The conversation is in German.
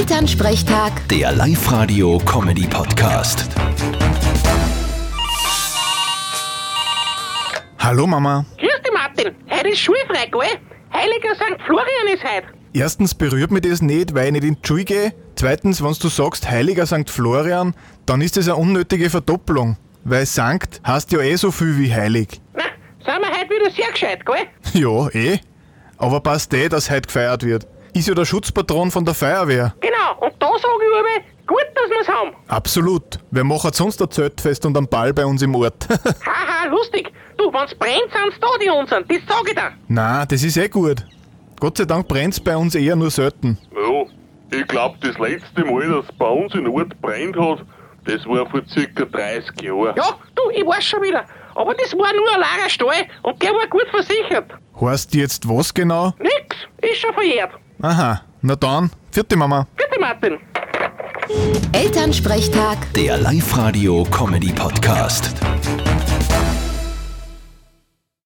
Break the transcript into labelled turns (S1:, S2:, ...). S1: Elternsprechtag,
S2: Der Live-Radio-Comedy-Podcast.
S3: Hallo Mama.
S4: Grüß dich, Martin. Heute ist schulfrei, gell? Heiliger St. Florian ist heute.
S3: Erstens berührt mich das nicht, weil ich nicht in die Schule gehe. Zweitens, wenn du sagst Heiliger St. Florian, dann ist das eine unnötige Verdoppelung. Weil Sankt heißt ja eh so viel wie heilig.
S4: Na, sind wir heute wieder sehr gescheit, gell?
S3: Ja, eh. Aber passt eh, dass heute gefeiert wird. Ist ja der Schutzpatron von der Feuerwehr.
S4: Genau, und da sage ich einmal, gut, dass wir's haben.
S3: Absolut. Wer macht sonst ein Zeltfest und einen Ball bei uns im Ort?
S4: Haha, lustig. Du, wenn's brennt, sind's da die unseren. Das sag ich dir.
S3: Na, das ist eh gut. Gott sei Dank brennt's bei uns eher nur selten.
S5: Ja, ich glaube, das letzte Mal, dass es bei uns in Ort brennt hat, das war vor circa 30 Jahren.
S4: Ja, du, ich weiß schon wieder. Aber das war nur ein Lagerstall und der war gut versichert.
S3: Heißt jetzt was genau?
S4: Nix, ist schon verjährt.
S3: Aha, na dann, vierte Mama.
S4: Bitte, Martin.
S1: Elternsprechtag.
S2: Der Live-Radio-Comedy-Podcast.